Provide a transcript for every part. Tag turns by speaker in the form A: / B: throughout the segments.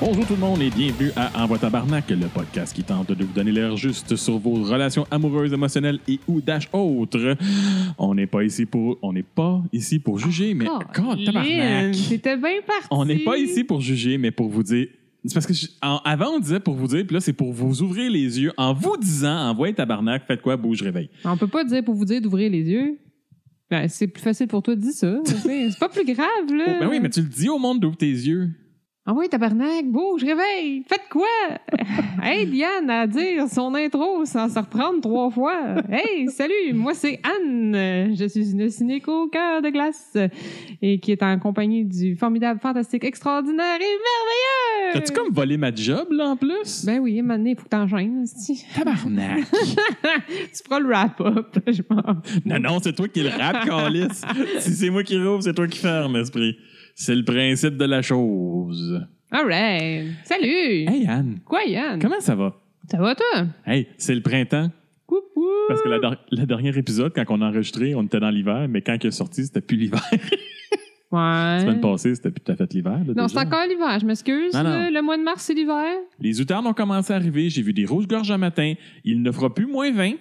A: Bonjour tout le monde et bienvenue à Envoi Tabarnak, le podcast qui tente de vous donner l'air juste sur vos relations amoureuses, émotionnelles et ou dash autres. On n'est pas ici pour on n'est pas ici pour juger,
B: Oh,
A: mais God, tabarnak.
B: C'était bien parti.
A: On n'est pas ici pour juger, mais pour vous dire. C'est parce que je- en- avant on disait pour vous dire, puis là c'est pour vous ouvrir les yeux en vous disant envoyez tabarnak, faites quoi, bouge, réveille.
B: On peut pas dire pour vous dire d'ouvrir les yeux. Ben, c'est plus facile pour toi de dire ça. tu sais. C'est pas plus grave,
A: Oh,
B: là.
A: ben oui, mais tu le dis au monde d'ouvrir tes yeux.
B: Ah oui, tabarnak, beau, je réveille. Faites quoi? hey, Diane à dire son intro sans se reprendre trois fois. Hey, salut, moi c'est Anne. Je suis une cynique au cœur de glace et qui est en compagnie du formidable, fantastique, extraordinaire et merveilleux.
A: T'as-tu comme volé ma job là en plus?
B: Euh. Ben oui, maintenant, il faut que t'enchaînes. esti.
A: Tabarnak!
B: tu feras le wrap-up, je pense.
A: Non, non, c'est toi qui le rappe, Calis. si c'est moi qui rouvre, c'est toi qui ferme, esprit. C'est le principe de la chose.
B: All right. Salut!
A: Hey, Anne,
B: Quoi, Yann?
A: comment ça va?
B: Ça va, toi?
A: Hey, c'est le printemps.
B: Coucou!
A: Parce que la der- le dernier épisode, quand on a enregistré, on était dans l'hiver, mais quand il est sorti, c'était plus l'hiver. La
B: Ouais.
A: semaine passée, c'était plus tout à fait l'hiver. là,
B: Hein? Non,
A: déjà.
B: c'est encore l'hiver, je m'excuse.
A: Non, non.
B: là. Le mois de mars, c'est l'hiver.
A: Les outardes ont commencé à arriver. J'ai vu des rouges-gorges un matin. Il ne fera plus moins 20.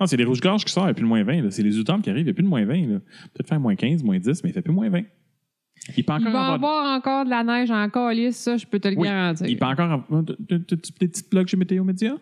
A: Non, c'est les rouges-gorges qui sortent, il n'y a plus le moins 20. là. C'est les outardes qui arrivent, il n'y a plus de moins 20. là. Peut-être faire moins 15, moins 10, mais il fait plus moins 20. Il peut encore
B: Il va
A: avoir-
B: avoir encore de la neige en calice, ça, je peux te le
A: Oui,
B: garantir.
A: Il peut encore avoir. T'as-tu des petits blogs chez Météo Média?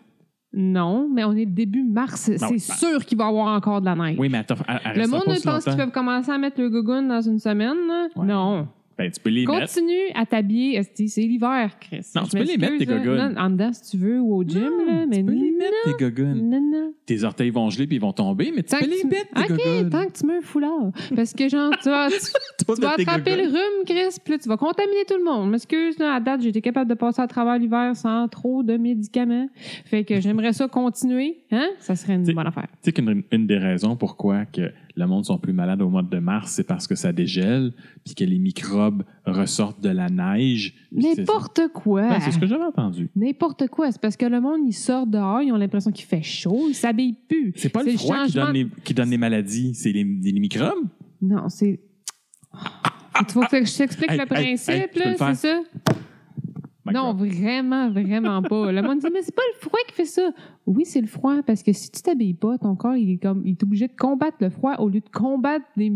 B: Non, mais on est début mars. C'est
A: ben-
B: sûr qu'il va avoir encore de la neige.
A: Oui, mais attends, elle- elle
B: Le
A: restera
B: monde
A: pas
B: ne
A: si
B: pense qu'ils
A: longtemps.
B: peuvent commencer à mettre le gougoune dans une semaine. là.
A: Ouais.
B: Non.
A: Ben, tu peux les mettre.
B: Continue à t'habiller, esti. C'est l'hiver, Chris.
A: Non,
B: Je
A: tu peux les mettre,
B: m'excuse,
A: tes
B: là.
A: gogones.
B: Non, En dedans, si tu veux, ou au gym, là. Mais
A: tu peux les
B: non,
A: mettre, tes gogones.
B: non, non.
A: Tes orteils vont geler puis ils vont tomber, mais tu
B: Tant
A: peux
B: que
A: les
B: tu-
A: mettre, tes
B: OK,
A: gogones.
B: tant que tu mets un foulard. Parce que, genre, tu vas, tu, tu vas attraper le rhume, Chris, puis là, tu vas contaminer tout le monde. Je M'excuse, là, à date, j'ai été capable de passer à travers l'hiver sans trop de médicaments. Fait que j'aimerais ça continuer. Hein? Ça serait une
A: T'sais-
B: bonne affaire.
A: Tu sais qu'une une des raisons pourquoi que le monde sont plus malades au mois de mars, c'est parce que ça dégèle puis que les microbes ressortent de la neige. puis c'est ça.
B: N'importe quoi.
A: Ben, C'est ce que j'avais entendu.
B: N'importe quoi. C'est parce que le monde, il sort dehors, ils ont l'impression qu'il fait chaud, ils s'habillent plus.
A: C'est pas
B: C'est
A: le
B: le
A: froid qui
B: changement
A: donne les, qui donne les maladies, c'est les, les microbes.
B: Non, c'est. tu vois que je t'explique
A: Ah, Hey,
B: le
A: hey, hey,
B: principe,
A: tu peux le
B: là,
A: faire.
B: c'est ça?
A: My
B: non,
A: God.
B: vraiment, vraiment pas. Le monde dit, mais c'est pas le froid qui fait ça. Oui, c'est le froid, parce que si tu t'habilles pas, ton corps, il est, comme, il est obligé de combattre le froid au lieu de combattre les,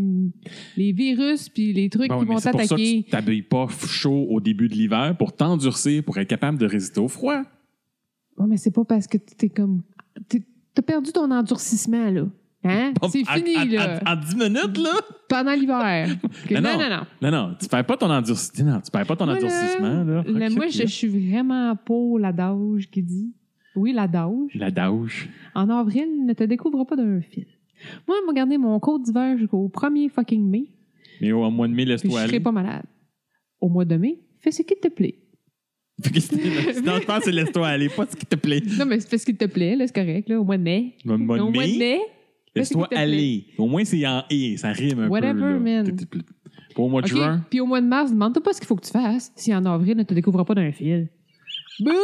B: les virus puis les trucs
A: Ben oui,
B: qui
A: mais
B: vont
A: c'est pour ça que
B: t'attaquer.
A: tu t'habilles pas f- chaud au début de l'hiver pour t'endurcir, pour être capable de résister au froid.
B: Ouais, mais c'est pas parce que t'es comme. t'es- T'as perdu ton endurcissement, là. Hein? C'est
A: En-
B: fini,
A: en-
B: là.
A: En, en 10 minutes, là?
B: Pendant l'hiver. Que-
A: Mais
B: non,
A: non.
B: non, non.
A: Non, non, tu perds pas ton endurcissement. Non, tu perds pas ton
B: Moi, là,
A: endurcissement, là.
B: le-
A: Fuck
B: moi,
A: it,
B: je, je
A: là.
B: suis vraiment pour l'adage qui dit. Oui, l'adage.
A: La douche.
B: En avril, ne te découvre pas d'un fil. Moi, regardez mon cours d'hiver jusqu'au 1er fucking mai,
A: Mais au mois de mai,
B: puis je
A: laisse-toi
B: serai
A: aller.
B: pas malade. Au mois de mai, fais ce qui te plaît.
A: Fait que c'est- Non, je pense que c'est laisse-toi aller, pas ce qui te plaît.
B: Non, mais fais ce qui te plaît, là, c'est correct, là, au mois de mai.
A: Au mois
B: au mois de
A: de mai,
B: mai.
A: laisse-toi
B: fais ce qui te
A: aller. Au moins, c'est en et, ça rime un
B: Whatever,
A: peu. là.
B: man.
A: T'es- t'es- Pour au mois de
B: OK,
A: juin.
B: Puis au mois de mars, demande-toi pas ce qu'il faut que tu fasses si en avril, ne te découvre pas d'un fil. Boum!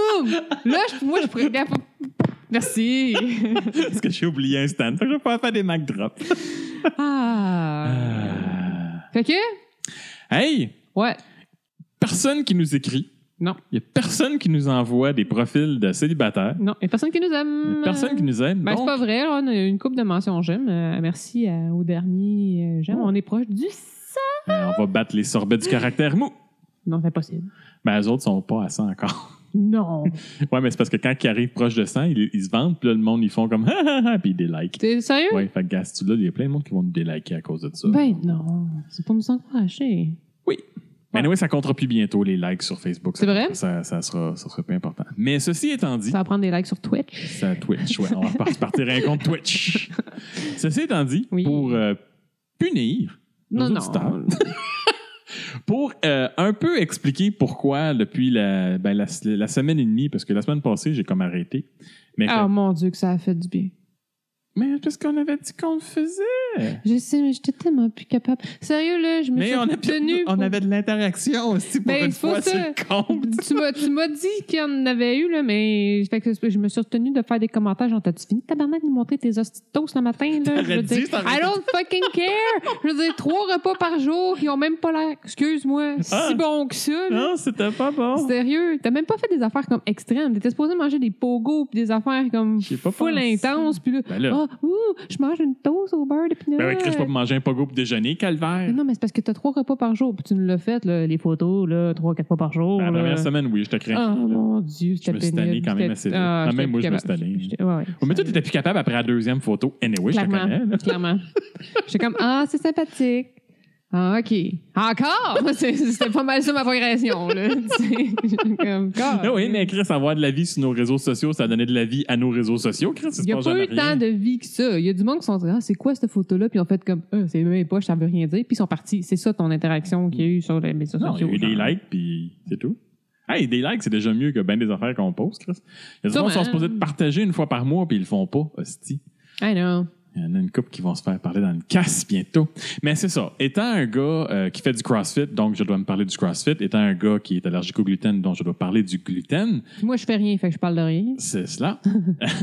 B: Là, je- moi, je pourrais. regarde, faut- Merci!
A: Parce que j'ai oublié un stand. Fait que je vais pouvoir faire des Mac Drop.
B: Ah!
A: Ah.
B: Fait que,
A: Hey!
B: ouais.
A: personne qui nous écrit.
B: Non.
A: Il n'y a personne qui nous envoie des profils de célibataires.
B: Non, il y a personne qui nous
A: Il y
B: aime.
A: a personne qui nous aime.
B: Ben, c'est
A: donc,
B: pas vrai, là, on a une coupe de mentions j'aime. Euh, merci à- au dernier euh, j'aime. On est proche du 100.
A: euh, on va battre les sorbets du caractère mou.
B: Non, c'est impossible.
A: Ben, les autres sont pas à 100 encore.
B: Non.
A: ouais, mais c'est parce que quand ils arrivent proche de 100, ils, ils se vendent, puis là, le monde, ils font comme ha ha ha, puis ils délikent.
B: T'es sérieux?
A: Ouais, fait que, gars, si tu l'as, il y a plein de monde qui vont nous déliker à cause de ça.
B: Ben non. C'est pour nous encourager.
A: Mais anyway, ça comptera plus bientôt les likes sur Facebook.
B: C'est
A: Ça-
B: vrai?
A: Ça, ça sera, ça sera plus important. Mais ceci étant dit,
B: Ça va prendre des likes sur Twitch.
A: Ça Twitch, ouais. On va repart- partir un compte Twitch. Ceci étant dit,
B: Oui.
A: pour euh, punir nos
B: Non, Ah, non.
A: auditeurs, pour euh, un peu expliquer pourquoi depuis la, ben, la, la semaine et demie, parce que la semaine passée, j'ai comme arrêté. Mais
B: Ah mon Dieu, que ça a fait du bien.
A: Mais parce qu'on avait dit qu'on le faisait.
B: Je sais, mais j'étais tellement plus capable. Sérieux, là, je me
A: Mais
B: suis
A: on, a-
B: tenue.
A: on avait de l'interaction aussi pour
B: Ben,
A: une
B: c'est pour
A: fois
B: ça.
A: sur le compte.
B: tu m'as, tu m'as dit qu'il y en avait eu, là, mais fait que je me suis retenue de faire des commentaires. Genre, t'as-tu fini tabarnak de nous montrer tes hosties de toast le matin? Là? Je
A: T'aurais
B: veux
A: dit,
B: dire,
A: t'aurais-
B: I don't fucking care! Je veux dire, trois repas par jour qui ont même pas l'air, excuse-moi,
A: Ah.
B: si bon que ça. là.
A: Non, c'était pas bon.
B: Sérieux, t'as même pas fait des affaires comme extrêmes. T'étais supposé manger des pogos puis des affaires comme
A: J'ai pas
B: full
A: pensé.
B: intense. Puis là,
A: Ben là,
B: ah, ouh, je mange une toast au beurre de pinot.
A: ben ouais, Chris, je peux pas manger un pogo pour déjeuner, calvaire.
B: Mais non, mais c'est parce que t'as trois repas par jour, puis tu nous l'as fait, là, les photos, là, trois, quatre fois par jour.
A: Ben, la première
B: là.
A: semaine, oui, je te crains.
B: Ah, mon Dieu, c'était
A: euh, me suis tanné
B: pénible.
A: quand même
B: J'étais-
A: assez vite.
B: Ah,
A: Ah,
B: j'étais
A: même moi,
B: plus
A: je me suis
B: capable.
A: tanné.
B: J'étais- ouais, ouais.
A: mais toi, t'étais plus capable après la deuxième photo. Anyway, je te
B: Clairement,
A: connais. là.
B: clairement. J'étais comme, ah, c'est sympathique. Ah, OK. Encore? C'est- C'était pas mal ça ma progression, là. Tu sais, j'étais comme,
A: Ah oui,
B: God.
A: mais Chris, avoir de la vie sur nos réseaux sociaux, ça a donné de la vie à nos réseaux sociaux, Chris.
B: Il n'y a pas eu tant de vie que ça. Il y a du monde qui sont dit Ah, c'est quoi cette photo-là Puis ils ont fait comme Ah, c'est même pas, ça veut rien dire. Puis ils sont partis. C'est ça ton interaction qu'il y a eu sur les médias
A: Non, il y
B: sociaux.
A: a eu des
B: genre.
A: likes, puis c'est tout. Hey, des likes, c'est déjà mieux que ben des affaires qu'on poste, Chris. Il y a des gens
B: Sûrement.
A: qui sont supposés de partager une fois par mois, puis ils le font pas, hostie.
B: I know.
A: Il y en a une couple qui vont se faire parler dans le casse bientôt. Mais c'est ça. Étant un gars euh, qui fait du CrossFit, donc je dois me parler du CrossFit. Étant un gars qui est allergique au gluten, donc je dois parler du gluten.
B: Puis moi, je fais rien, fait que je parle de rien.
A: C'est cela.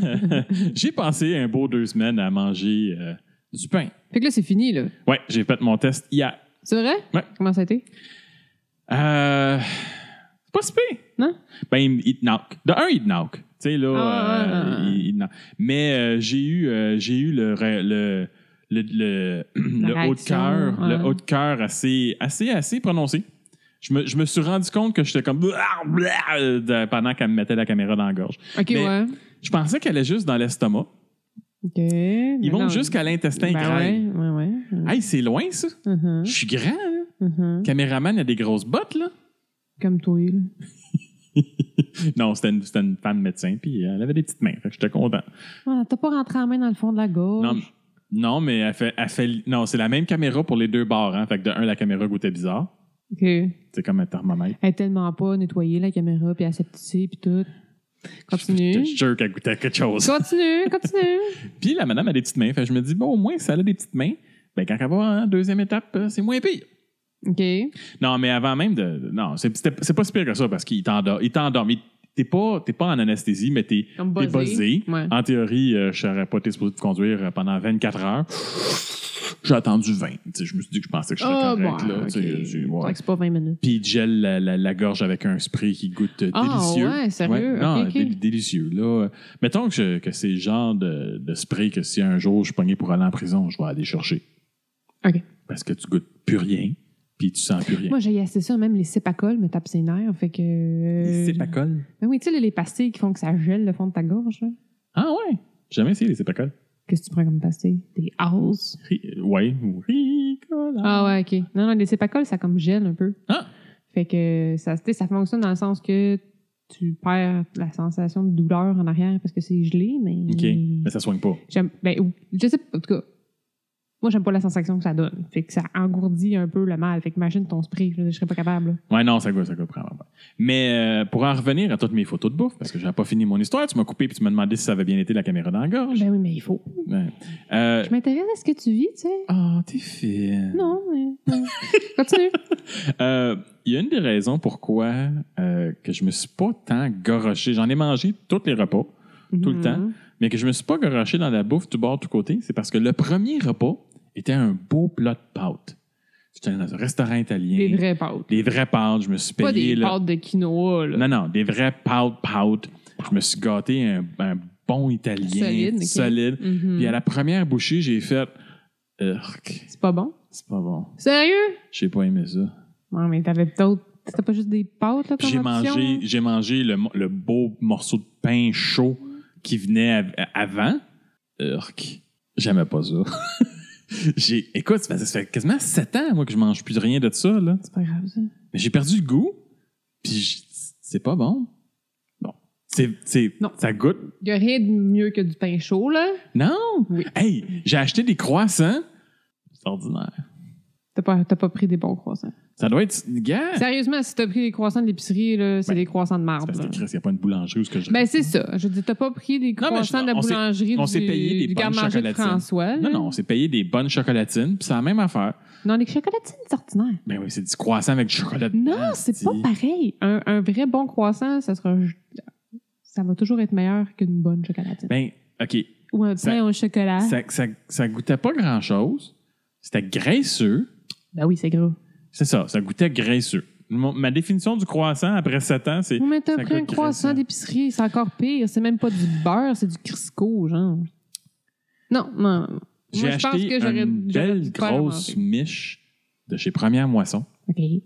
A: j'ai passé un beau deux semaines à manger euh, du pain.
B: Fait que là, c'est fini, là.
A: Ouais, j'ai fait mon test hier.
B: C'est vrai
A: Ouais.
B: Comment ça a été
A: Euh, c'est pas si pire.
B: Non?
A: Ben, il, il te knock. De un, il te knock. Tu sais, là,
B: Ah,
A: euh,
B: ouais, ouais, ouais.
A: il, il te knock. Mais euh, j'ai eu, euh, j'ai eu le, re- le, le, le, le haut de
B: réaction,
A: cœur, le
B: ouais.
A: haut de cœur assez, assez, assez prononcé. Je me, je me suis rendu compte que j'étais comme Blah, blah de- pendant qu'elle me mettait la caméra dans la gorge.
B: Ok,
A: Mais-
B: ouais.
A: Je pensais qu'elle allait juste dans l'estomac.
B: Ok.
A: Ils vont jusqu'à l'intestin
B: ben,
A: gras.
B: ouais, ouais, ouais.
A: Hey, c'est loin ça.
B: Mhm,
A: Je suis grand. Hein?
B: mhm.
A: Caméraman a des grosses bottes là.
B: Comme toi, là.
A: Non, c'était une, c'était une femme médecin, puis elle avait des petites mains. Fait que j'étais content.
B: Ouais, Ah, T'as pas rentré la main dans le fond de la gorge.
A: Non, non, mais elle fait, elle fait- Non, c'est la même caméra pour les deux bords. Hein. Fait que de un, la caméra goûtait bizarre.
B: Ok.
A: C'est comme un thermomètre.
B: Elle a tellement pas nettoyé la caméra, puis aseptisé, puis tout.
A: Je
B: Continue.
A: te jure qu'elle goûtait quelque chose.
B: Continue, continue.
A: Puis la madame a des petites mains. Fait que je me dis, bon, au moins, si elle a des petites mains, ben quand elle va en deuxième étape, euh, c'est moins pire.
B: OK.
A: Non, mais avant même de. Non, c'est c'était- c'est pas si pire que ça parce qu'il t'endort. Il t'endort. mais T'es pas, t'es pas en anesthésie, mais t'es
B: Comme
A: t'es
B: buzzé.
A: buzzé.
B: Ouais.
A: En théorie, euh, je n'aurais pas été supposé te conduire euh, pendant 24 heures. J'ai attendu 20. Tu sais, je me suis dit que je pensais que j'étais
B: Ah,
A: correct.
B: bon,
A: là,
B: ok.
A: tu sais, j'ai- ouais.
B: Fait que C'est pas 20 minutes.
A: Puis il gèle la, la- la gorge avec un spray qui goûte euh,
B: Ah,
A: délicieux.
B: ouais, sérieux?
A: non,
B: Ok, ok.
A: dé- délicieux. Là, Euh, mettons que, je- que c'est le genre de, de spray que si un jour je suis pogné pour aller en prison, je vais aller chercher.
B: Ok.
A: Parce que tu goûtes plus rien, puis tu sens plus rien.
B: Moi, j'ai assez ça, même les cépacoles me tapent ses nerfs. Fait que. euh,
A: Les colle.
B: Ben oui, tu sais, les- les pastilles qui font que ça gèle le fond de ta gorge. là.
A: Ah ouais? J'ai jamais essayé les cépacoles.
B: Qu'est-ce que tu prends comme pastille? Des house.
A: Ri- Ouais, ou Ricola.
B: Ah ouais, OK. Non, non, les cépacoles, ça comme gèle un peu.
A: Ah!
B: Fait que ça, tu sais, ça fonctionne dans le sens que tu perds la sensation de douleur en arrière parce que c'est gelé, mais.
A: OK, mais ça soigne pas.
B: J'aime. Ben, ou- je sais pas, en tout cas. Moi, j'aime pas la sensation que ça donne. Fait que ça engourdit un peu le mal. Fait que imagine ton spray. Je veux dire, je serais pas capable. là.
A: Ouais, non, ça goûte, ça goûte vraiment pas. Mais euh, pour en revenir à toutes mes photos de bouffe, parce que j'avais pas fini mon histoire, tu m'as coupé puis tu m'as demandé si ça avait bien été la caméra dans la gorge.
B: Ben oui, mais il faut.
A: Ouais. Euh,
B: Je m'intéresse à ce que tu vis, tu sais.
A: Ah, t'es fine.
B: Non, mais- non. Continue.
A: Euh, Il y a une des raisons pourquoi euh, que je me suis pas tant goroché. J'en ai mangé tous les repas, Tout le
B: Mhm.
A: temps. mais que je me suis pas goroché dans la bouffe tout bord, tout côté. C'est parce que le premier repas était un beau plat de pâtes. J'étais dans un restaurant italien.
B: Des vraies pâtes.
A: Des vraies pâtes. Je me suis payé.
B: Pas des
A: là.
B: pâtes de quinoa, là.
A: Non, non, des vraies pâtes, pâtes. Je me suis gâté un, un bon italien.
B: Solide, ok.
A: solide.
B: Mhm.
A: Puis à la première bouchée, j'ai fait. Urk,
B: C'est pas bon.
A: c'est pas bon.
B: Sérieux?
A: J'ai pas aimé ça.
B: Non, mais t'avais d'autres. C'était pas juste des pâtes, là, comme
A: J'ai
B: option, hein?
A: mangé,
B: là?
A: j'ai mangé le, mo- le beau morceau de pain chaud qui venait av- avant. Urk. J'aimais pas ça. j'ai, écoute, ça fait, ça fait quasiment sept ans, moi, que je mange plus de rien de ça, là.
B: C'est pas grave, ça.
A: Mais j'ai perdu le goût, puis j- c'est pas bon. Bon. C'est, c'est,
B: Non.
A: ça goûte.
B: Il y a rien de mieux que du pain chaud, là.
A: Non!
B: Oui.
A: Hey, j'ai acheté des croissants. C'est ordinaire.
B: T'as pas, t'as pas pris des bons croissants.
A: Ça doit être. Gars!
B: Sérieusement, si t'as pris des croissants de l'épicerie, là, c'est
A: Ben,
B: des croissants de
A: C'est
B: marbre.
A: parce que
B: là.
A: Chris, il n'y a pas une boulangerie où ce que je.
B: Ben, c'est ça. Je dis, t'as pas pris des
A: mais
B: croissants
A: je-
B: de la
A: on s'est-
B: boulangerie
A: on s'est
B: du-
A: payé des
B: du
A: bonnes
B: garde-manger de
A: chocolatines.
B: François. là.
A: non, non, on s'est payé des bonnes chocolatines, puis c'est la même affaire.
B: Non, les chocolatines, c'est ordinaire.
A: Ben oui, c'est du croissant avec du chocolat. dedans,
B: Non, c'est
A: Ah, si.
B: pas pareil. Un, un vrai bon croissant, ça sera. Ça va toujours être meilleur qu'une bonne chocolatine.
A: Ben, OK.
B: Ou un
A: ça-
B: pain au chocolat.
A: Ça, ça, ça goûtait pas grand-chose. C'était graisseux.
B: Ben oui, c'est gros.
A: C'est ça, ça goûtait graisseux. Mon- ma définition du croissant après 7 ans, c'est.
B: On met
A: ça
B: un pris un
A: goûte
B: croissant
A: graissant.
B: d'épicerie, c'est encore pire. C'est même pas du beurre, c'est du Crisco, genre. Non, non. non.
A: J'ai
B: Moi, je pense
A: acheté
B: que j'aurais-
A: une
B: j'aurais
A: belle
B: dû pas
A: grosse
B: l'inventer.
A: miche de chez Première Moisson.
B: OK. Tu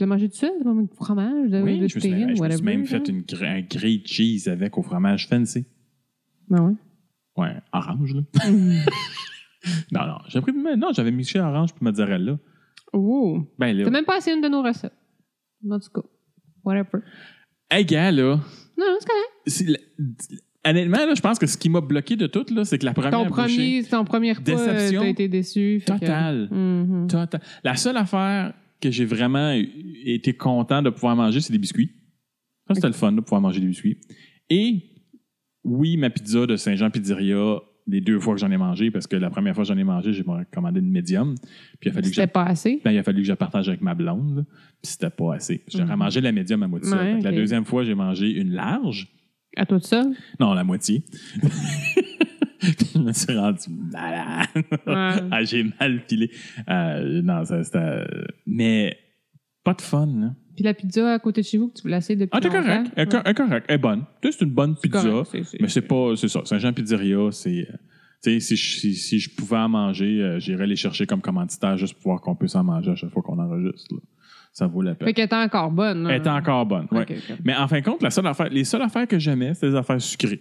B: l'as mangé tout seul? Tu l'as mangé du fromage, de,
A: Hein. oui,
B: de
A: je me suis,
B: terrine,
A: je me suis
B: whatever,
A: même
B: genre?
A: fait une, gr- un grilled cheese avec au fromage fancy.
B: Ah ouais.
A: Ouais, orange, là.
B: Mm.
A: non, non, j'ai pris, mais non, j'avais mixé orange puis mozzarella.
B: Oh!
A: Ben là,
B: T'as même pas essayé une de nos recettes. En tout cas, whatever.
A: hey gars, là,
B: Non, non, c'est correct.
A: c'est la- honnêtement, là, je pense que ce qui m'a bloqué de tout, là, c'est que la première
B: Ton
A: bouchée,
B: premier, ton premier repas, euh,
A: Déception
B: t'as été déçu. fait que-
A: totale,
B: Mhm.
A: totale. La seule affaire que j'ai vraiment eu- été content de pouvoir manger, c'est des biscuits. Ça, c'était le fun de pouvoir manger des biscuits. Et oui, ma pizza de Saint-Jean Pizzeria, les deux fois que j'en ai mangé, parce que la première fois que j'en ai mangé, j'ai commandé une médium. Puis il a fallu que
B: C'était pas assez.
A: Ben, il a fallu que je partage avec ma blonde, là, puis c'était pas assez. J'aurais
B: Mhm.
A: mangé la médium à moitié.
B: Ouais,
A: Fait que La
B: ok.
A: deuxième fois, j'ai mangé une large.
B: À toi tout seul?
A: Non, la moitié. Puis je me suis rendu malade.
B: Ouais.
A: Ah, j'ai mal pilé. Euh, non, ça, c'était. Mais pas de fun. là.
B: Puis la pizza à côté de chez vous que tu voulais essayer depuis
A: Ah, t'es
B: longtemps.
A: correct. Elle est
B: Ouais.
A: cor- elle est correcte. Elle est bonne. Tu sais, C'est une bonne
B: C'est
A: pizza.
B: correct, c'est- c'est-
A: Mais c'est pas. C'est ça. Saint-Jean Pizzeria, c'est. euh, Tu sais, si, je- si, si je pouvais en manger, euh, j'irais les chercher comme commanditaire juste pour voir qu'on peut s'en manger à chaque fois qu'on enregistre. là. Ça vaut la peine.
B: Fait qu'elle était encore bonne. là.
A: Elle était encore bonne. ouais.
B: Ok, ok.
A: Mais en fin de compte, la seule affaire, les seules affaires que j'aimais, c'était les affaires sucrées.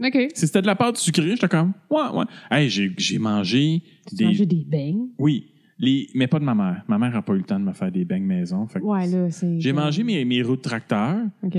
B: Ok.
A: Si c'était de la pâte sucrée, j'étais comme, ouais, ouais. Hey, j'ai, j'ai mangé
B: Tu
A: des.
B: mangeais des beignes?
A: Oui, les, mais pas de ma mère. Ma mère n'a pas eu le temps de me faire des beignes maison. fait que-
B: Ouais, là, euh, c'est.
A: J'ai mangé mes, mes roues de tracteur.
B: Ok.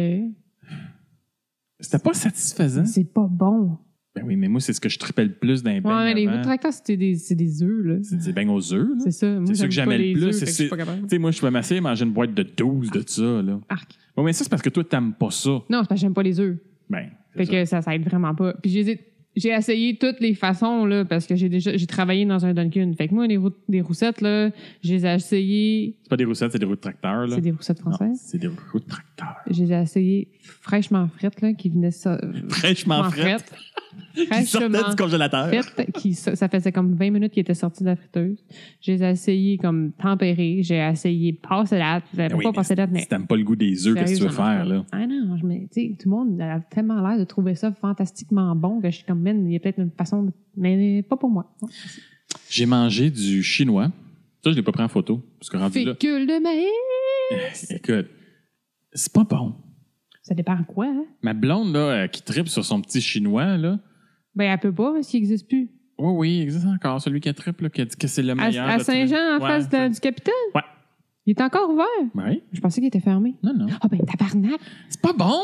A: C'était pas satisfaisant.
B: C'est pas bon.
A: Ben oui, mais moi, c'est ce que je tripais le plus d'un
B: Ouais, mais les roues de
A: tracteur.
B: tracteur, c'était des, c'est des œufs, là.
A: Ben, C'est des beignes aux œufs, là.
B: C'est ça. Moi,
A: ceux que
B: j'aime
A: j'aimais
B: pas
A: le
B: les
A: plus,
B: œufs,
A: c'est-
B: fait que je suis pas capable.
A: Tu sais, moi, je pouvais m'asseoir et manger une boîte de 12 de ça, là.
B: Arc.
A: Ouais, mais ça, c'est parce que toi, t'aimes pas ça.
B: Non, c'est parce que j'aime pas les œufs.
A: Ben. c'est
B: Fait
A: ça.
B: que ça, ça aide vraiment pas. Puis j'ai, j'ai essayé toutes les façons, là, parce que j'ai déjà j'ai travaillé dans un Dunkin'. Fait que moi, les, rou- des roussettes, là, je les ai essayées.
A: C'est pas des roussettes, c'est des roues de tracteur, là.
B: C'est des roussettes
A: Non,
B: françaises.
A: c'est des roues de tracteur.
B: Je les ai essayées fraîchement frites, là, qui venaient ça.
A: Fraîchement frais. Qui sortait
B: Fraîchement
A: du congélateur.
B: frites, qui, ça ça faisait comme 20 minutes qu'ils étaient sortis de la friteuse. Je les ai essayées comme tempérées. J'ai essayé passé date.
A: Ben oui,
B: pas
A: mais
B: passé date, mais.
A: Si t'aimes pas le goût des œufs, qu'est-ce que tu veux
B: sérieux, ça marche
A: faire, là?
B: pas. Ah non, je me- tu sais, tout le monde a tellement l'air de trouver ça fantastiquement bon que je suis comme, man, il y a peut-être une façon de. Mais pas pour moi. Non.
A: J'ai mangé du chinois. Ça, je l'ai pas pris en photo. Parce que rendu là.
B: Fécule de maïs.
A: Écoute, c'est pas bon.
B: Ça dépend de quoi, hein?
A: Ma blonde, là, euh, qui tripe sur son petit chinois, là.
B: Ben, elle peut pas, parce qu'il n'existe plus.
A: Oui, oui, il existe encore. Celui qui tripe, là, qui a dit que c'est le
B: À,
A: meilleur.
B: à
A: de tous les-
B: Saint-Jean, en
A: Ouais,
B: face de-
A: c'est-
B: du Capitole?
A: Ouais.
B: Il est encore ouvert.
A: Oui.
B: Je pensais qu'il était fermé.
A: Non, non.
B: Ah, ben, tabarnak.
A: C'est pas bon!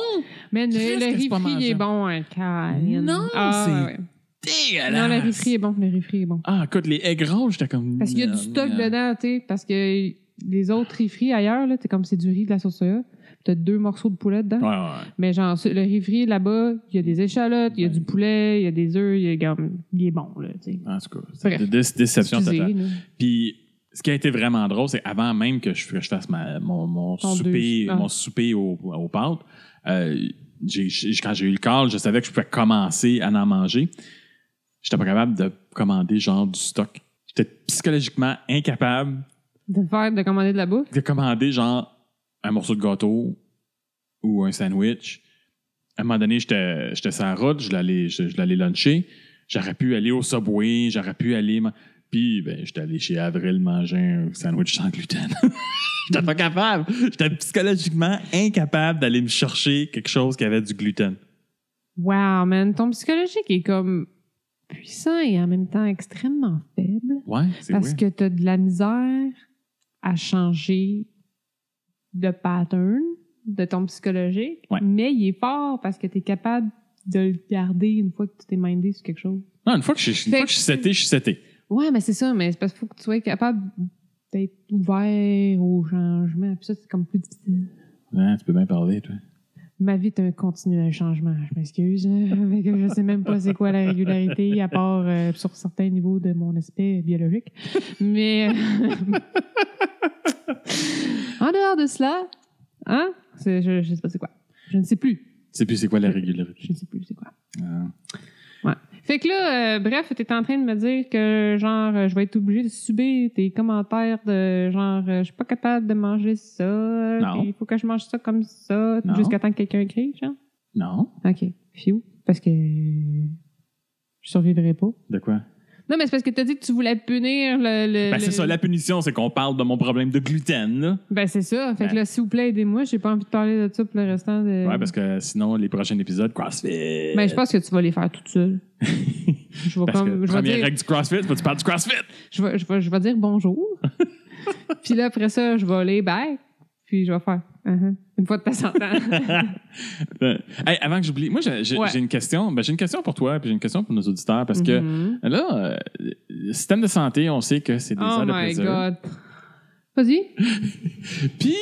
B: Mais le,
A: Qu'est-ce
B: le
A: que c'est
B: riz
A: pas
B: frit, il est
A: mangeable?
B: bon, hein, Caroline.
A: Non,
B: Ah,
A: c'est
B: ouais, ouais.
A: Dégueulasse!
B: Non, le riz frit est bon. Le riz frit est bon.
A: Ah, écoute, les egg rolls, j'étais comme.
B: Parce qu'il y a du stock
A: Non, non.
B: dedans, tu sais. Parce que les autres riz frits ailleurs, là, c'est comme c'est du riz de la sauce soya. T'as deux morceaux de poulet dedans.
A: Ouais, ouais.
B: Mais genre, le riz frit, là-bas, il y a des échalotes, il y a du poulet, il y a des œufs, il y a comme- il est bon, là, tu sais.
A: En tout cas,
B: Bref.
A: c'est dé- déception
B: Excusez,
A: totale.
B: là.
A: Puis ce qui a été vraiment drôle, c'est avant même que je, que je fasse ma- mon, mon
B: Ton
A: souper,
B: deux- ah.
A: mon souper au- aux pâtes, euh, j'ai- j'ai- quand j'ai eu le call, je savais que je pouvais commencer à en manger. J'étais pas capable de commander genre du stock. J'étais psychologiquement incapable
B: De faire, de commander de la bouffe.
A: de commander genre un morceau de gâteau ou un sandwich. À un moment donné, j'étais j'étais sur la route, je l'allais je, je l'allais luncher. J'aurais pu aller au Subway, j'aurais pu aller... ma- Puis, ben, j'étais allé chez Avril manger un sandwich sans gluten. j'étais pas capable. J'étais psychologiquement incapable d'aller me chercher quelque chose qui avait du gluten.
B: Wow, man, ton psychologique est comme puissant et en même temps extrêmement faible
A: Ouais, c'est
B: parce
A: vrai.
B: que t'as de la misère à changer de pattern de ton psychologique,
A: Ouais.
B: mais il est fort parce que t'es capable de le garder une fois que tu t'es mindé sur quelque chose.
A: Non, une fois que je, une
B: Fait
A: fois que
B: que-
A: je suis seté, je suis seté.
B: Ouais, mais c'est ça, mais c'est parce qu'il faut que tu sois capable d'être ouvert au changement. Puis ça, c'est comme plus difficile.
A: Hein, tu peux bien parler, toi.
B: Ma vie est un continuel changement, je m'excuse. là. Fait que je sais même pas c'est quoi la régularité, à part euh, sur certains niveaux de mon aspect biologique. Mais euh, en dehors de cela, hein, c'est- je, je sais pas c'est quoi. Je ne sais plus.
A: Tu sais plus c'est quoi la
B: Je
A: régularité.
B: ne sais plus c'est quoi.
A: Ah.
B: Fait que là, euh, bref, t'es en train de me dire que, genre, euh, je vais être obligé de subir tes commentaires de genre, euh, je suis pas capable de manger ça,
A: Non.
B: puis il faut que je mange ça comme ça,
A: Non.
B: jusqu'à temps que quelqu'un crie, genre.
A: Non?
B: OK, phew, parce que je survivrai pas.
A: De quoi?
B: Non, mais c'est parce que t'as dit que tu voulais punir le. le-
A: Ben, c'est
B: le-
A: ça, la punition, c'est qu'on parle de mon problème de gluten, là.
B: Ben, c'est ça. Fait que
A: Ben.
B: là, s'il vous plaît, aidez-moi, j'ai pas envie de parler de ça pour le restant de.
A: Ouais, parce que sinon, les prochains épisodes, CrossFit.
B: Mm. Ben, je pense que tu vas les faire toute seule. je vais
A: Parce que
B: comme. Je vais
A: première
B: dire-
A: règle du CrossFit, c'est pas tu parles du CrossFit.
B: je vais, je vais, je vais dire bonjour. puis là, après ça, je vais aller back. Puis je vais faire Uh-huh. une fois de temps en temps.
A: Euh, hey, avant que j'oublie, moi, j'ai j'ai-
B: Ouais.
A: j'ai une question. Ben, j'ai une question pour toi, puis j'ai une question pour nos auditeurs, parce que
B: Mhm.
A: là, euh, le système de santé, on sait que c'est des
B: Oh
A: heures de
B: my
A: plaisir.
B: God. Vas-y.
A: Puis,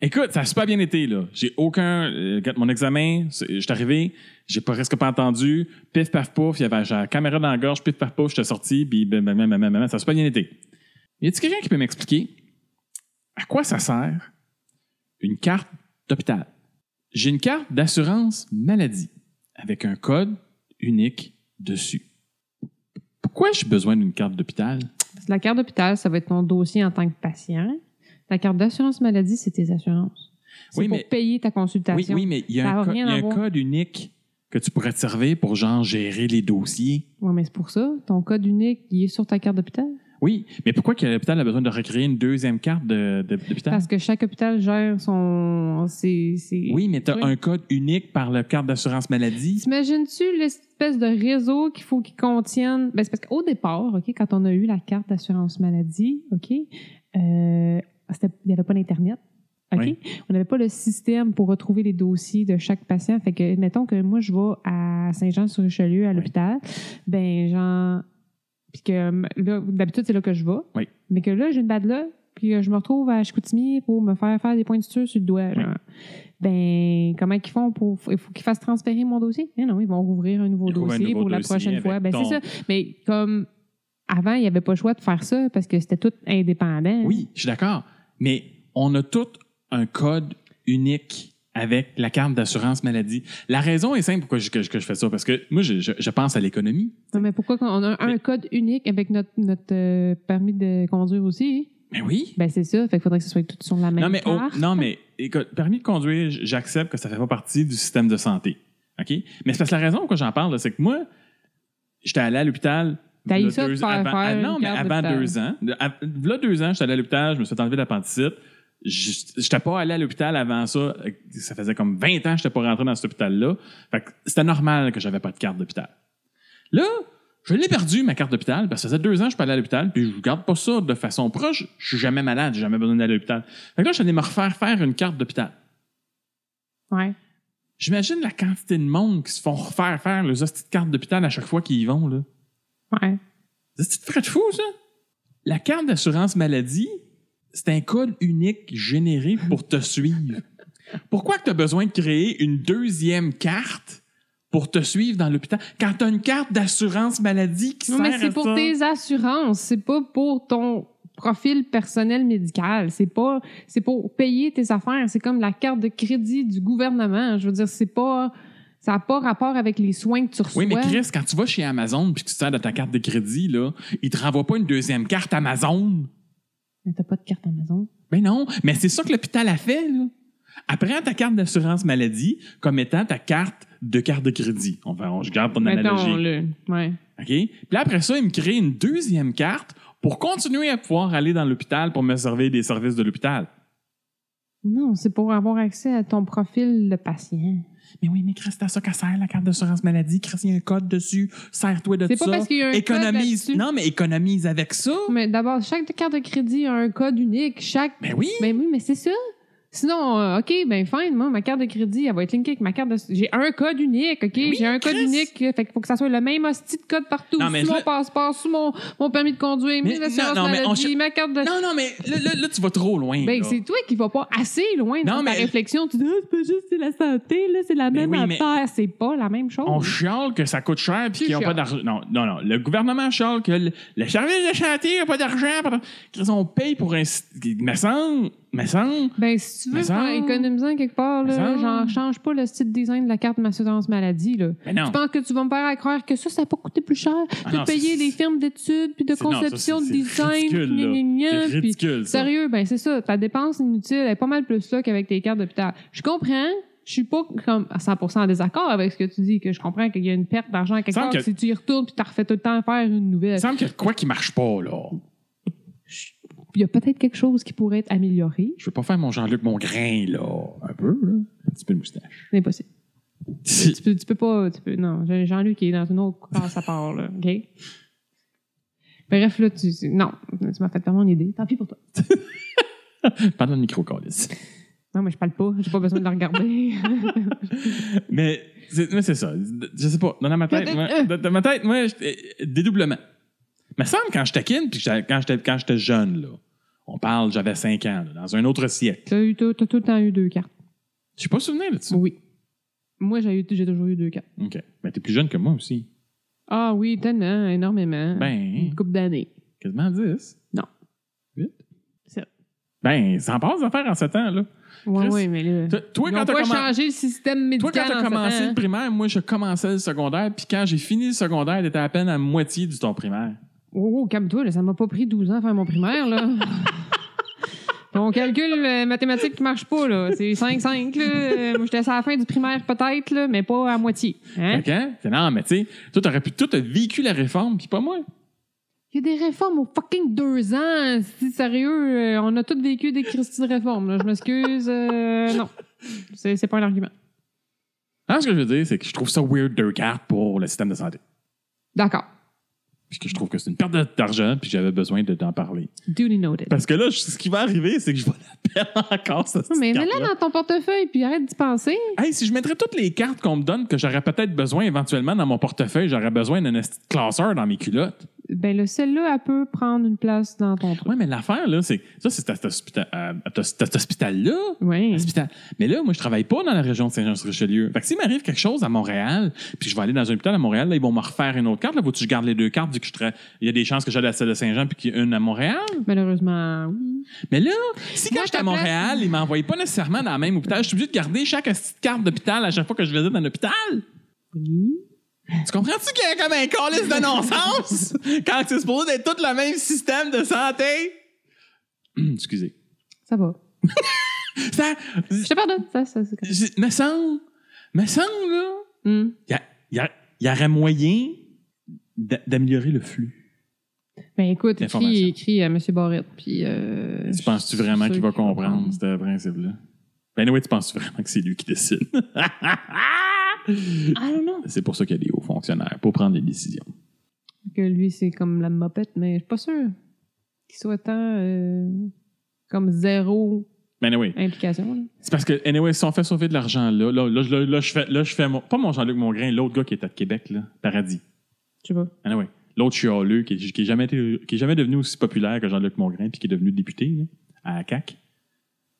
A: écoute, ça a super bien été, là. J'ai aucun. euh, regarde, mon examen, c'est- je suis arrivé, j'ai pas- presque pas entendu. Pif, paf, pouf, il y avait la caméra dans la gorge, pif, paf, pouf, j'étais sorti, puis ben, ben, ben, ben, ben, ben, ça a super bien été. Y a-t-il quelqu'un qui peut m'expliquer à quoi ça sert une carte d'hôpital? J'ai une carte d'assurance maladie avec un code unique dessus. Pourquoi j'ai besoin d'une carte d'hôpital?
B: Parce que la carte d'hôpital, ça va être ton dossier en tant que patient. La carte d'assurance maladie, c'est tes assurances. C'est
A: Oui,
B: pour
A: mais-
B: payer ta
A: Oui,
B: consultation.
A: oui, mais il y a,
B: Ça
A: un,
B: a
A: co-
B: rien
A: il y a
B: à
A: un
B: voir.
A: code unique que tu pourrais te servir pour, genre, gérer les dossiers.
B: Ouais, mais c'est pour ça. Ton code unique, il est sur ta carte d'hôpital.
A: Oui, mais pourquoi que l'hôpital a besoin de recréer une deuxième carte de- de- d'hôpital?
B: Parce que chaque hôpital gère son. ses- ses-
A: oui, mais tu as
B: Oui.
A: un code unique par la carte d'assurance maladie.
B: T'imagines-tu l'espèce de réseau qu'il faut qu'ils contiennent? Ben, c'est parce qu'au départ, OK, quand on a eu la carte d'assurance maladie, OK, euh, c'était- il n'y avait pas d'Internet. OK?
A: Oui.
B: On n'avait pas le système pour retrouver les dossiers de chaque patient. Fait que, mettons que moi, je vais à Saint-Jean-sur-Richelieu, à
A: Oui.
B: l'hôpital. Ben, genre. Puis que hum, là, d'habitude, c'est là que je vais.
A: Oui.
B: Mais que là, j'ai une bad là, puis que je me retrouve à Chicoutimi pour me faire faire des points de suture sur le doigt. genre. Ben, comment qu'ils font pour. Il faut qu'ils fassent transférer mon dossier. Mais non, ils vont rouvrir un nouveau
A: Ils rouvrent un
B: dossier
A: nouveau
B: pour la
A: dossier
B: prochaine
A: avec
B: fois. Ben,
A: ton-
B: c'est ça. Mais comme avant, il n'y avait pas le choix de faire ça parce que c'était tout indépendant.
A: Oui, je suis d'accord. Mais on a tout un code unique avec la carte d'assurance maladie. La raison est simple pourquoi je, que, je- que je fais ça, parce que moi, je, je- je pense à l'économie.
B: Non, mais pourquoi qu'on- on a un
A: Mais-
B: code unique avec notre, notre euh, permis de conduire aussi?
A: Mais oui.
B: Ben, c'est ça. Fait qu'il faudrait que ce soit tout sur la même
A: Non, mais, oh,
B: carte.
A: non, mais écoute, permis de conduire, j- j'accepte que ça ne fait pas partie du système de santé. OK? Mais c'est parce que la raison pourquoi j'en parle, là, c'est que moi, j'étais allé à l'hôpital.
B: T'as
A: v'là
B: eu ça de faire
A: avant,
B: faire
A: ah,
B: une
A: non, mais
B: carte
A: avant
B: d'hôpital.
A: deux ans. De- à- V'là deux ans, j'étais allé à l'hôpital, je me suis fait enlever l'appendicite. Je n'étais pas allé à l'hôpital avant ça. euh, Ça faisait comme 20 ans que je n'étais pas rentré dans cet hôpital-là. Fait que c'était normal que j'avais pas de carte d'hôpital. Là, je l'ai perdu, ma carte d'hôpital, parce que ça faisait deux ans que je suis pas allé à l'hôpital, puis je garde pas ça de façon proche. Je suis jamais malade, j'ai jamais besoin d'aller à l'hôpital. Fait que là, je suis allé me refaire faire une carte d'hôpital.
B: Ouais.
A: J'imagine la quantité de monde qui se font refaire faire leurs hosties de cartes d'hôpital à chaque fois qu'ils y vont, là.
B: Ouais.
A: C'est très de fou, ça? La carte d'assurance maladie, c'est un code unique généré pour te suivre. Pourquoi que tu as besoin de créer une deuxième carte pour te suivre dans l'hôpital quand tu as une carte d'assurance maladie qui
B: Non,
A: sert
B: mais c'est
A: à
B: pour
A: ça?
B: tes assurances. C'est pas pour ton profil personnel médical. C'est pas, c'est pour payer tes affaires. C'est comme la carte de crédit du gouvernement. Je veux dire, c'est pas, ça n'a pas rapport avec les soins que tu reçois.
A: Oui, mais Chris, quand tu vas chez Amazon puis que tu te sers de ta carte de crédit, là, ils te renvoient pas une deuxième carte Amazon.
B: Mais t'as pas de carte Amazon.
A: Ben non, mais c'est ça que l'hôpital a fait, là. Apprends ta carte d'assurance maladie comme étant ta carte de carte de crédit. Enfin, on, je garde ton analogie.
B: Mettons, là. Ouais.
A: OK? Puis là, après ça, il me crée une deuxième carte pour continuer à pouvoir aller dans l'hôpital pour me servir des services de l'hôpital.
B: Non, c'est pour avoir accès à ton profil de patient.
A: Mais oui, mais Chris, c'est à ça qu'elle sert, la carte d'assurance maladie. Chris, il y a un code dessus. Sers-toi de ça.
B: C'est pas parce qu'il y a un code
A: économise.
B: là-dessus.
A: non, mais économise avec ça.
B: Ben Mais d'abord, chaque carte de crédit a un code unique. Chaque.
A: Mais oui.
B: Ben oui, mais c'est ça. Sinon, euh, OK, ben fine, moi, ma carte de crédit, elle va être linkée avec ma carte de... J'ai un code unique, OK? J'ai un code
A: Chris!
B: unique, euh, fait qu'il faut que ça soit le même hostie de code partout.
A: Non, mais
B: sous
A: là-
B: mon passeport, sous mon, mon permis de conduire,
A: Mais
B: mes
A: non,
B: assurances
A: non, mais on
B: maladie,
A: ch-
B: ma carte de...
A: Non, non, mais là, là- là, tu vas trop loin.
B: Ben,
A: là.
B: c'est toi qui vas pas assez loin dans
A: Non,
B: ta
A: mais-
B: réflexion. Tu dis, Ah, c'est pas juste c'est la santé, là, c'est la
A: Mais
B: même
A: oui, mais-
B: affaire. C'est pas la même chose.
A: On chiale que ça coûte cher puis
B: Tu
A: qu'ils n'ont pas
B: chiales.
A: d'argent. Non, non, non. Le gouvernement chiale que le, le service de chantier n'a pas d'argent. pis- Chris, On paye pour un. Me semble, me semble.
B: Ben, si tu veux
A: Mais ça-
B: faire économiser quelque part,
A: Mais
B: là,
A: ça-
B: genre, change pas le style design de la carte de ma assurance maladie, là.
A: Mais non.
B: Tu penses que tu vas me faire à croire que ça, ça n'a pas coûté plus cher
A: Ah
B: de
A: non,
B: payer
A: c'est-
B: les firmes d'études, puis de
A: c'est- non, ça,
B: conception,
A: c'est-
B: de
A: c'est
B: design,
A: ridicule,
B: puis
A: là.
B: gna, gna, gna,
C: C'est
B: puis-
C: ridicule, ça.
B: Sérieux, ben c'est ça. Ta dépense inutile elle est pas mal plus là qu'avec tes cartes d'hôpital. Je comprends. Je suis pas comme à 100% en désaccord avec ce que tu dis, que je comprends qu'il y a une perte d'argent quelque
A: Semble
B: part.
A: que-
B: Si tu y retournes puis tu refais tout le temps faire une
A: Il
B: nouvelle,
A: semble qu'il y a de quoi qui marche pas, là.
B: il y a peut-être quelque chose qui pourrait être amélioré.
A: Je veux pas faire mon Jean-Luc Mongrain, là. Un peu, là. Un petit peu de moustache.
B: C'est impossible. Tu peux, tu peux pas. Tu peux, non, j'ai Jean-Luc qui est dans une autre classe à part, là. OK? Bref, là, tu. tu- Non, tu m'as fait perdre mon idée. Tant pis pour toi.
A: Pendant le micro câlisse.
B: Non, mais je parle pas. J'ai pas besoin de la regarder.
A: Mais c'est, mais c'est ça. Je sais pas. Dans ma tête,
B: Peut-être,
A: moi,
B: euh.
A: dans- dans ma tête, moi, j'étais- euh, dédoublement. Me semble quand j'étais kid, puis j'étais- quand j'étais quand j'étais jeune, là, on parle, j'avais 5 ans, là, dans un autre siècle.
B: T'as eu- t'as- t'as tout le temps eu deux cartes.
A: Je suis pas souvenir là-dessus.
B: Oui. Moi, j'ai eu- j'ai toujours eu deux cartes.
A: OK. Mais t'es plus jeune que moi aussi.
B: Ah oui, tellement, énormément.
A: Ben,
B: Une couple d'années.
A: quasiment 10.
B: Non.
A: 8?
B: Sept.
A: Ben, ça en passe d'affaires en 7 ans, là.
B: Oui,
A: Chris,
B: oui, mais là.
A: Toi, toi,
B: Ils
A: quand
B: ont
A: t'as
B: pas
A: commen-
B: changé le système
A: toi,
B: médical.
A: quand t'as
B: en
A: commencé
B: sept ans.
A: le primaire, moi, je commençais le secondaire, puis quand j'ai fini le secondaire, t'étais à peine à moitié du ton primaire.
B: Oh, oh, calme-toi, là, ça m'a pas pris 12 ans à faire mon primaire, là. Ton calcul euh, mathématique qui marche pas, là. C'est 5-5, là. Euh, Moi, j'étais à la fin du primaire, peut-être, là, mais pas à moitié. Hein?
A: Fait que, hein, c'est- Non, mais tu sais, toi, t'aurais pu tout vécu la réforme, puis pas moi.
B: Il y a des réformes aux fucking deux ans. C'est sérieux. euh, on a tous vécu des crises de réformes, là. Je m'excuse. euh, non. C'est c'est pas un argument.
A: Non, Ah, ce que je veux dire, c'est que je trouve ça weird deux cartes pour le système de santé.
B: D'accord.
A: Puis que je trouve que c'est une perte de- d'argent, puis j'avais besoin de- d'en parler.
B: Duly noted.
A: Parce que là, je- ce qui va arriver, c'est que je vais la perdre encore, cette
B: Non, mais
A: petite
B: mets-la
A: carte-là.
B: dans ton portefeuille, puis arrête d'y penser.
A: Hey, si je mettrais toutes les cartes qu'on me donne que j'aurais peut-être besoin éventuellement dans mon portefeuille, j'aurais besoin d'un esti de classeur dans mes culottes.
B: Ben, le celle-là, elle peut prendre une place dans ton truc.
A: Ouais, mais l'affaire, là, c'est ça, c'est cet hospita- euh, cet hospital-là.
B: Oui.
A: Hospital. Mais là, moi, je travaille pas dans la région de Saint-Jean-sur-Richelieu. Fait que s'il m'arrive quelque chose à Montréal, puis je vais aller dans un hôpital à Montréal, là, ils vont me refaire une autre carte. Là, faut que je garde les deux cartes, vu que je tra- il y a des chances que j'aille à celle de Saint-Jean, puis qu'il y ait une à Montréal.
B: Malheureusement, oui.
A: Mais là, si quand
B: Moi,
A: j'étais
B: à
A: à
B: ta place-
A: Montréal, ils m'envoyaient pas nécessairement dans le même hôpital. Je suis obligé de garder chaque petite carte d'hôpital à chaque fois que je visite un hôpital.
B: Oui.
A: Tu comprends-tu qu'il y a comme un calice de non-sens quand c'est supposé être tout le même système de santé? Hum, excusez.
B: Ça va.
A: Ça,
B: Je te pardonne. Ça, ça, c'est correct.
A: je- me semble, me semble, là,
B: Hmm.
A: il y, a- il y aurait moyen d'a- d'améliorer le flux.
B: Ben, écoute,
A: Information.
B: écris, écris à M. Barrette, puis. Euh,
A: Tu
B: je
A: penses-tu
B: suis
A: vraiment qu'il
B: sûre
A: va comprendre ce principe-là? Ben oui, tu penses vraiment que c'est lui qui décide?
B: I don't know.
A: c'est pour ça qu'il y a des hauts fonctionnaires, pour prendre les décisions.
B: Que lui, c'est comme la mopette, mais je suis pas sûre qu'il soit tant. euh, comme zéro
A: Ben oui.
B: implication. là.
A: C'est parce que, anyway, si on fait sauver de l'argent, là, là, là, je- là, là, je fais, là, je fais mon- pas mon Jean-Luc Mongrain, l'autre gars qui était à Québec, là, Paradis.
B: Je sais pas.
A: Anyway, l'autre chialeux qui, qui, est jamais été- qui est jamais devenu aussi populaire que Jean-Luc Mongrain, puis qui est devenu député, là, à la CAQ.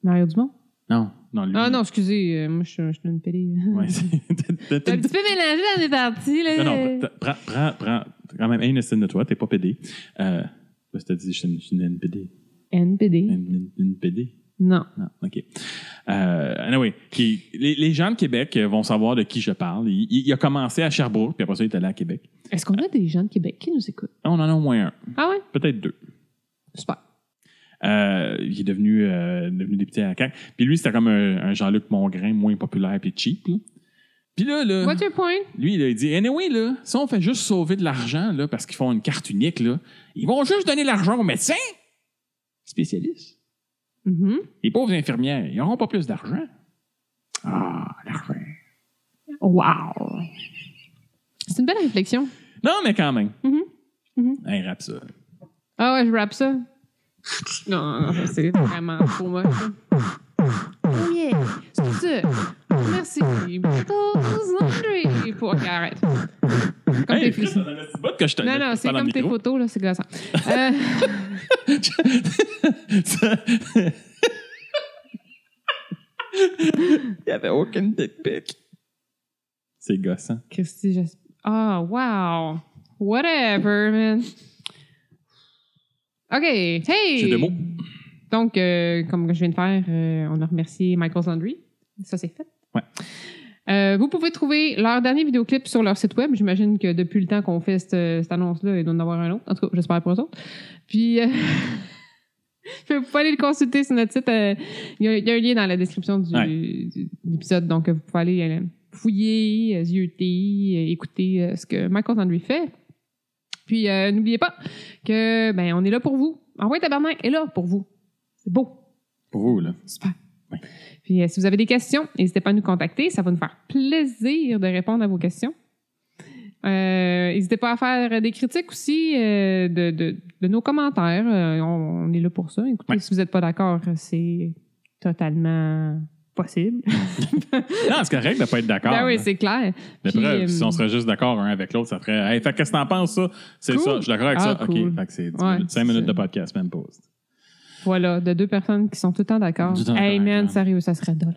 B: Mario Dumont?
A: Non, non, lui.
B: Ah non, excusez, euh, moi, je suis je suis une pédée.
A: Ouais, c'est- t'as-
B: T'as
A: t'as-
B: un petit peu mélangé dans les parties, là.
A: Non, non, pre- prends, prends, prends quand même une estime de toi, t'es pas PD. Euh, là, je t'ai dit, je suis une, je suis une NPD.
B: NPD.
A: Une, une- une PD?
B: Non.
A: Non, OK. Euh, anyway, qui- les, les gens de Québec euh, vont savoir de qui je parle. Il, il- il a commencé à Sherbrooke, puis après ça, il est allé à Québec.
B: Est-ce qu'on a des gens de Québec qui nous écoutent?
A: On en a au moins un,
B: Ah ouais?
A: peut-être deux.
B: Super.
A: Euh, il est devenu, euh, devenu député à la CAQ. Puis lui, c'était comme un, un Jean-Luc Mongrain moins populaire puis cheap. Là. Puis là, là
B: Euh. What's your point?
A: Lui, là, il dit Anyway, là, si on fait juste sauver de l'argent là, parce qu'ils font une carte unique, là, ils vont juste donner l'argent aux médecins spécialistes.
B: Mhm.
A: Les pauvres infirmières, ils n'auront pas plus d'argent. Ah, l'argent.
B: Wow. C'est une belle réflexion.
A: Non, mais quand même.
B: Mhm. Mhm.
A: Hey, rap ça.
B: Ah ouais, je rappe ça. Non, non, non, c'est vraiment trop moche. là. C'est pour ça. Merci. Michael's Laundry. Pour OK, arrête. Comme
A: Hey,
B: tes
A: Chris,
B: fils.
A: ça donne un petit bout que je te
B: Non, non, c'est comme tes photos, là, c'est glaçant. Euh,
A: photos. Il n'y avait aucune dick pic. C'est gossant.
B: Christy, j'espère. Ah, wow. Whatever, man. OK. Hey!
A: J'ai deux mots.
B: Donc, euh, comme je viens de faire, euh, on a remercié Michael's Laundry. Ça, c'est fait.
A: Ouais.
B: Euh, vous pouvez trouver leur dernier vidéoclip sur leur site web. J'imagine que depuis le temps qu'on fait cette, cette annonce-là, il doit en avoir un autre. En tout cas, j'espère pour eux autres. Puis, euh, vous pouvez aller le consulter sur notre site. Euh, Il y a- il y, a un lien dans la description du,
A: Ouais.
B: du- de l'épisode. Donc, euh, vous pouvez aller euh, fouiller, euh, zioter, euh, écouter euh, ce que Michael's Laundry fait. Puis, euh, n'oubliez pas que ben, on est là pour vous. Envoyez Tabarnak est là pour vous. C'est beau.
A: Pour vous, là.
B: Puis euh, si vous avez des questions, n'hésitez pas à nous contacter. Ça va nous faire plaisir de répondre à vos questions. Euh, N'hésitez pas à faire des critiques aussi euh, de, de- de nos commentaires. Euh, on, on est là pour ça. Écoutez,
A: Ouais.
B: si vous n'êtes pas d'accord, c'est totalement possible.
A: Non, c'est correct de ne pas être d'accord.
B: Ben oui,
A: là.
B: c'est clair.
A: La
B: Puis,
A: preuve,
B: euh,
A: si on serait juste d'accord un avec l'autre, ça ferait. Hey, fait qu'est-ce que t'en penses, ça? C'est
B: Cool.
A: ça, je suis d'accord avec
B: Ah,
A: ça.
B: cool.
A: OK, fait que c'est 10
B: Ouais,
A: minutes, 5
B: c'est
A: minutes de
B: ça.
A: podcast, même pas.
B: Voilà, de deux personnes qui sont tout le temps d'accord.
A: Tout le temps
B: Hey
A: d'accord,
B: man,
A: man.
B: sérieux, ça serait drôle.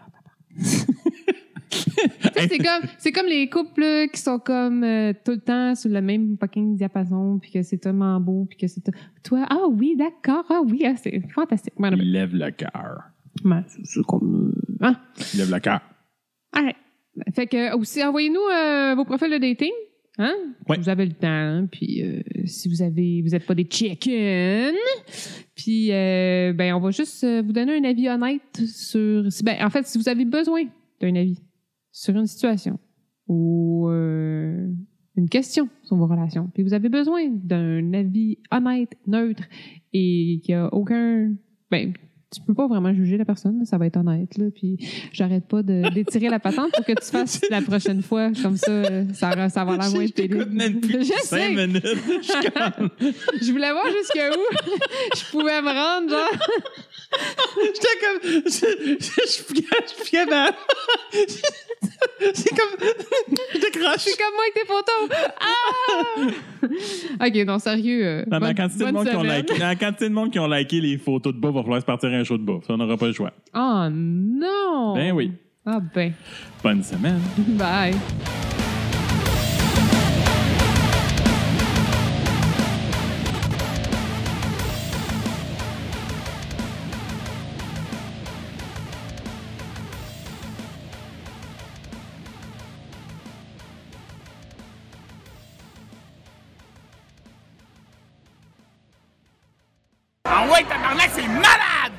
B: Tu sais, c'est comme c'est comme les couples là, qui sont comme euh, tout le temps sur le même fucking diapason puis que c'est tellement beau puis que c'est tout- toi ah oui d'accord ah oui ah, c'est fantastique Ouais, non,
A: Il lève le cœur.
B: mais- mais c'est comme euh, hein?
A: Il lève le cœur.
B: Arrête. Fait que euh, aussi, envoyez-nous euh, vos profils de dating. Hein?
A: Ouais.
B: Vous avez le temps, puis euh, si vous avez, vous n'êtes pas des chickens, puis euh, ben on va juste euh, vous donner un avis honnête sur. si- Ben, en fait, si vous avez besoin d'un avis sur une situation ou euh, une question sur vos relations, puis vous avez besoin d'un avis honnête, neutre et qu'il n'y a aucun, ben tu peux pas vraiment juger la personne, là, ça va être honnête. Là, puis j'arrête pas de d'étirer la patente pour que tu fasses la prochaine fois. Comme ça, euh, ça, aura- ça va l'air moins
A: t'écoute même plus
B: Je
A: depuis
B: sais.
A: cinq minutes. Je suis comme-
B: Je voulais voir jusqu'à où je pouvais me rendre. Genre,
A: J'étais comme. Je, je, je, je, je fiais mal. C'est comme. Je
B: je suis
A: décroche.
B: comme moi avec tes photos. Ah! OK, non, sérieux. euh,
A: Non, mais la
B: bonne-
A: quantité, de
B: bonne
A: monde qui ont
B: semaine.
A: liké, la quantité de monde qui ont liké les photos de bouffe, va falloir se partir un show de bouffe. Ça, on n'aura pas le choix.
B: Oh non!
A: Ben oui.
B: Ah ben.
A: Bonne semaine.
B: Bye.
D: Ah ouais, tabarnak, c'est malade!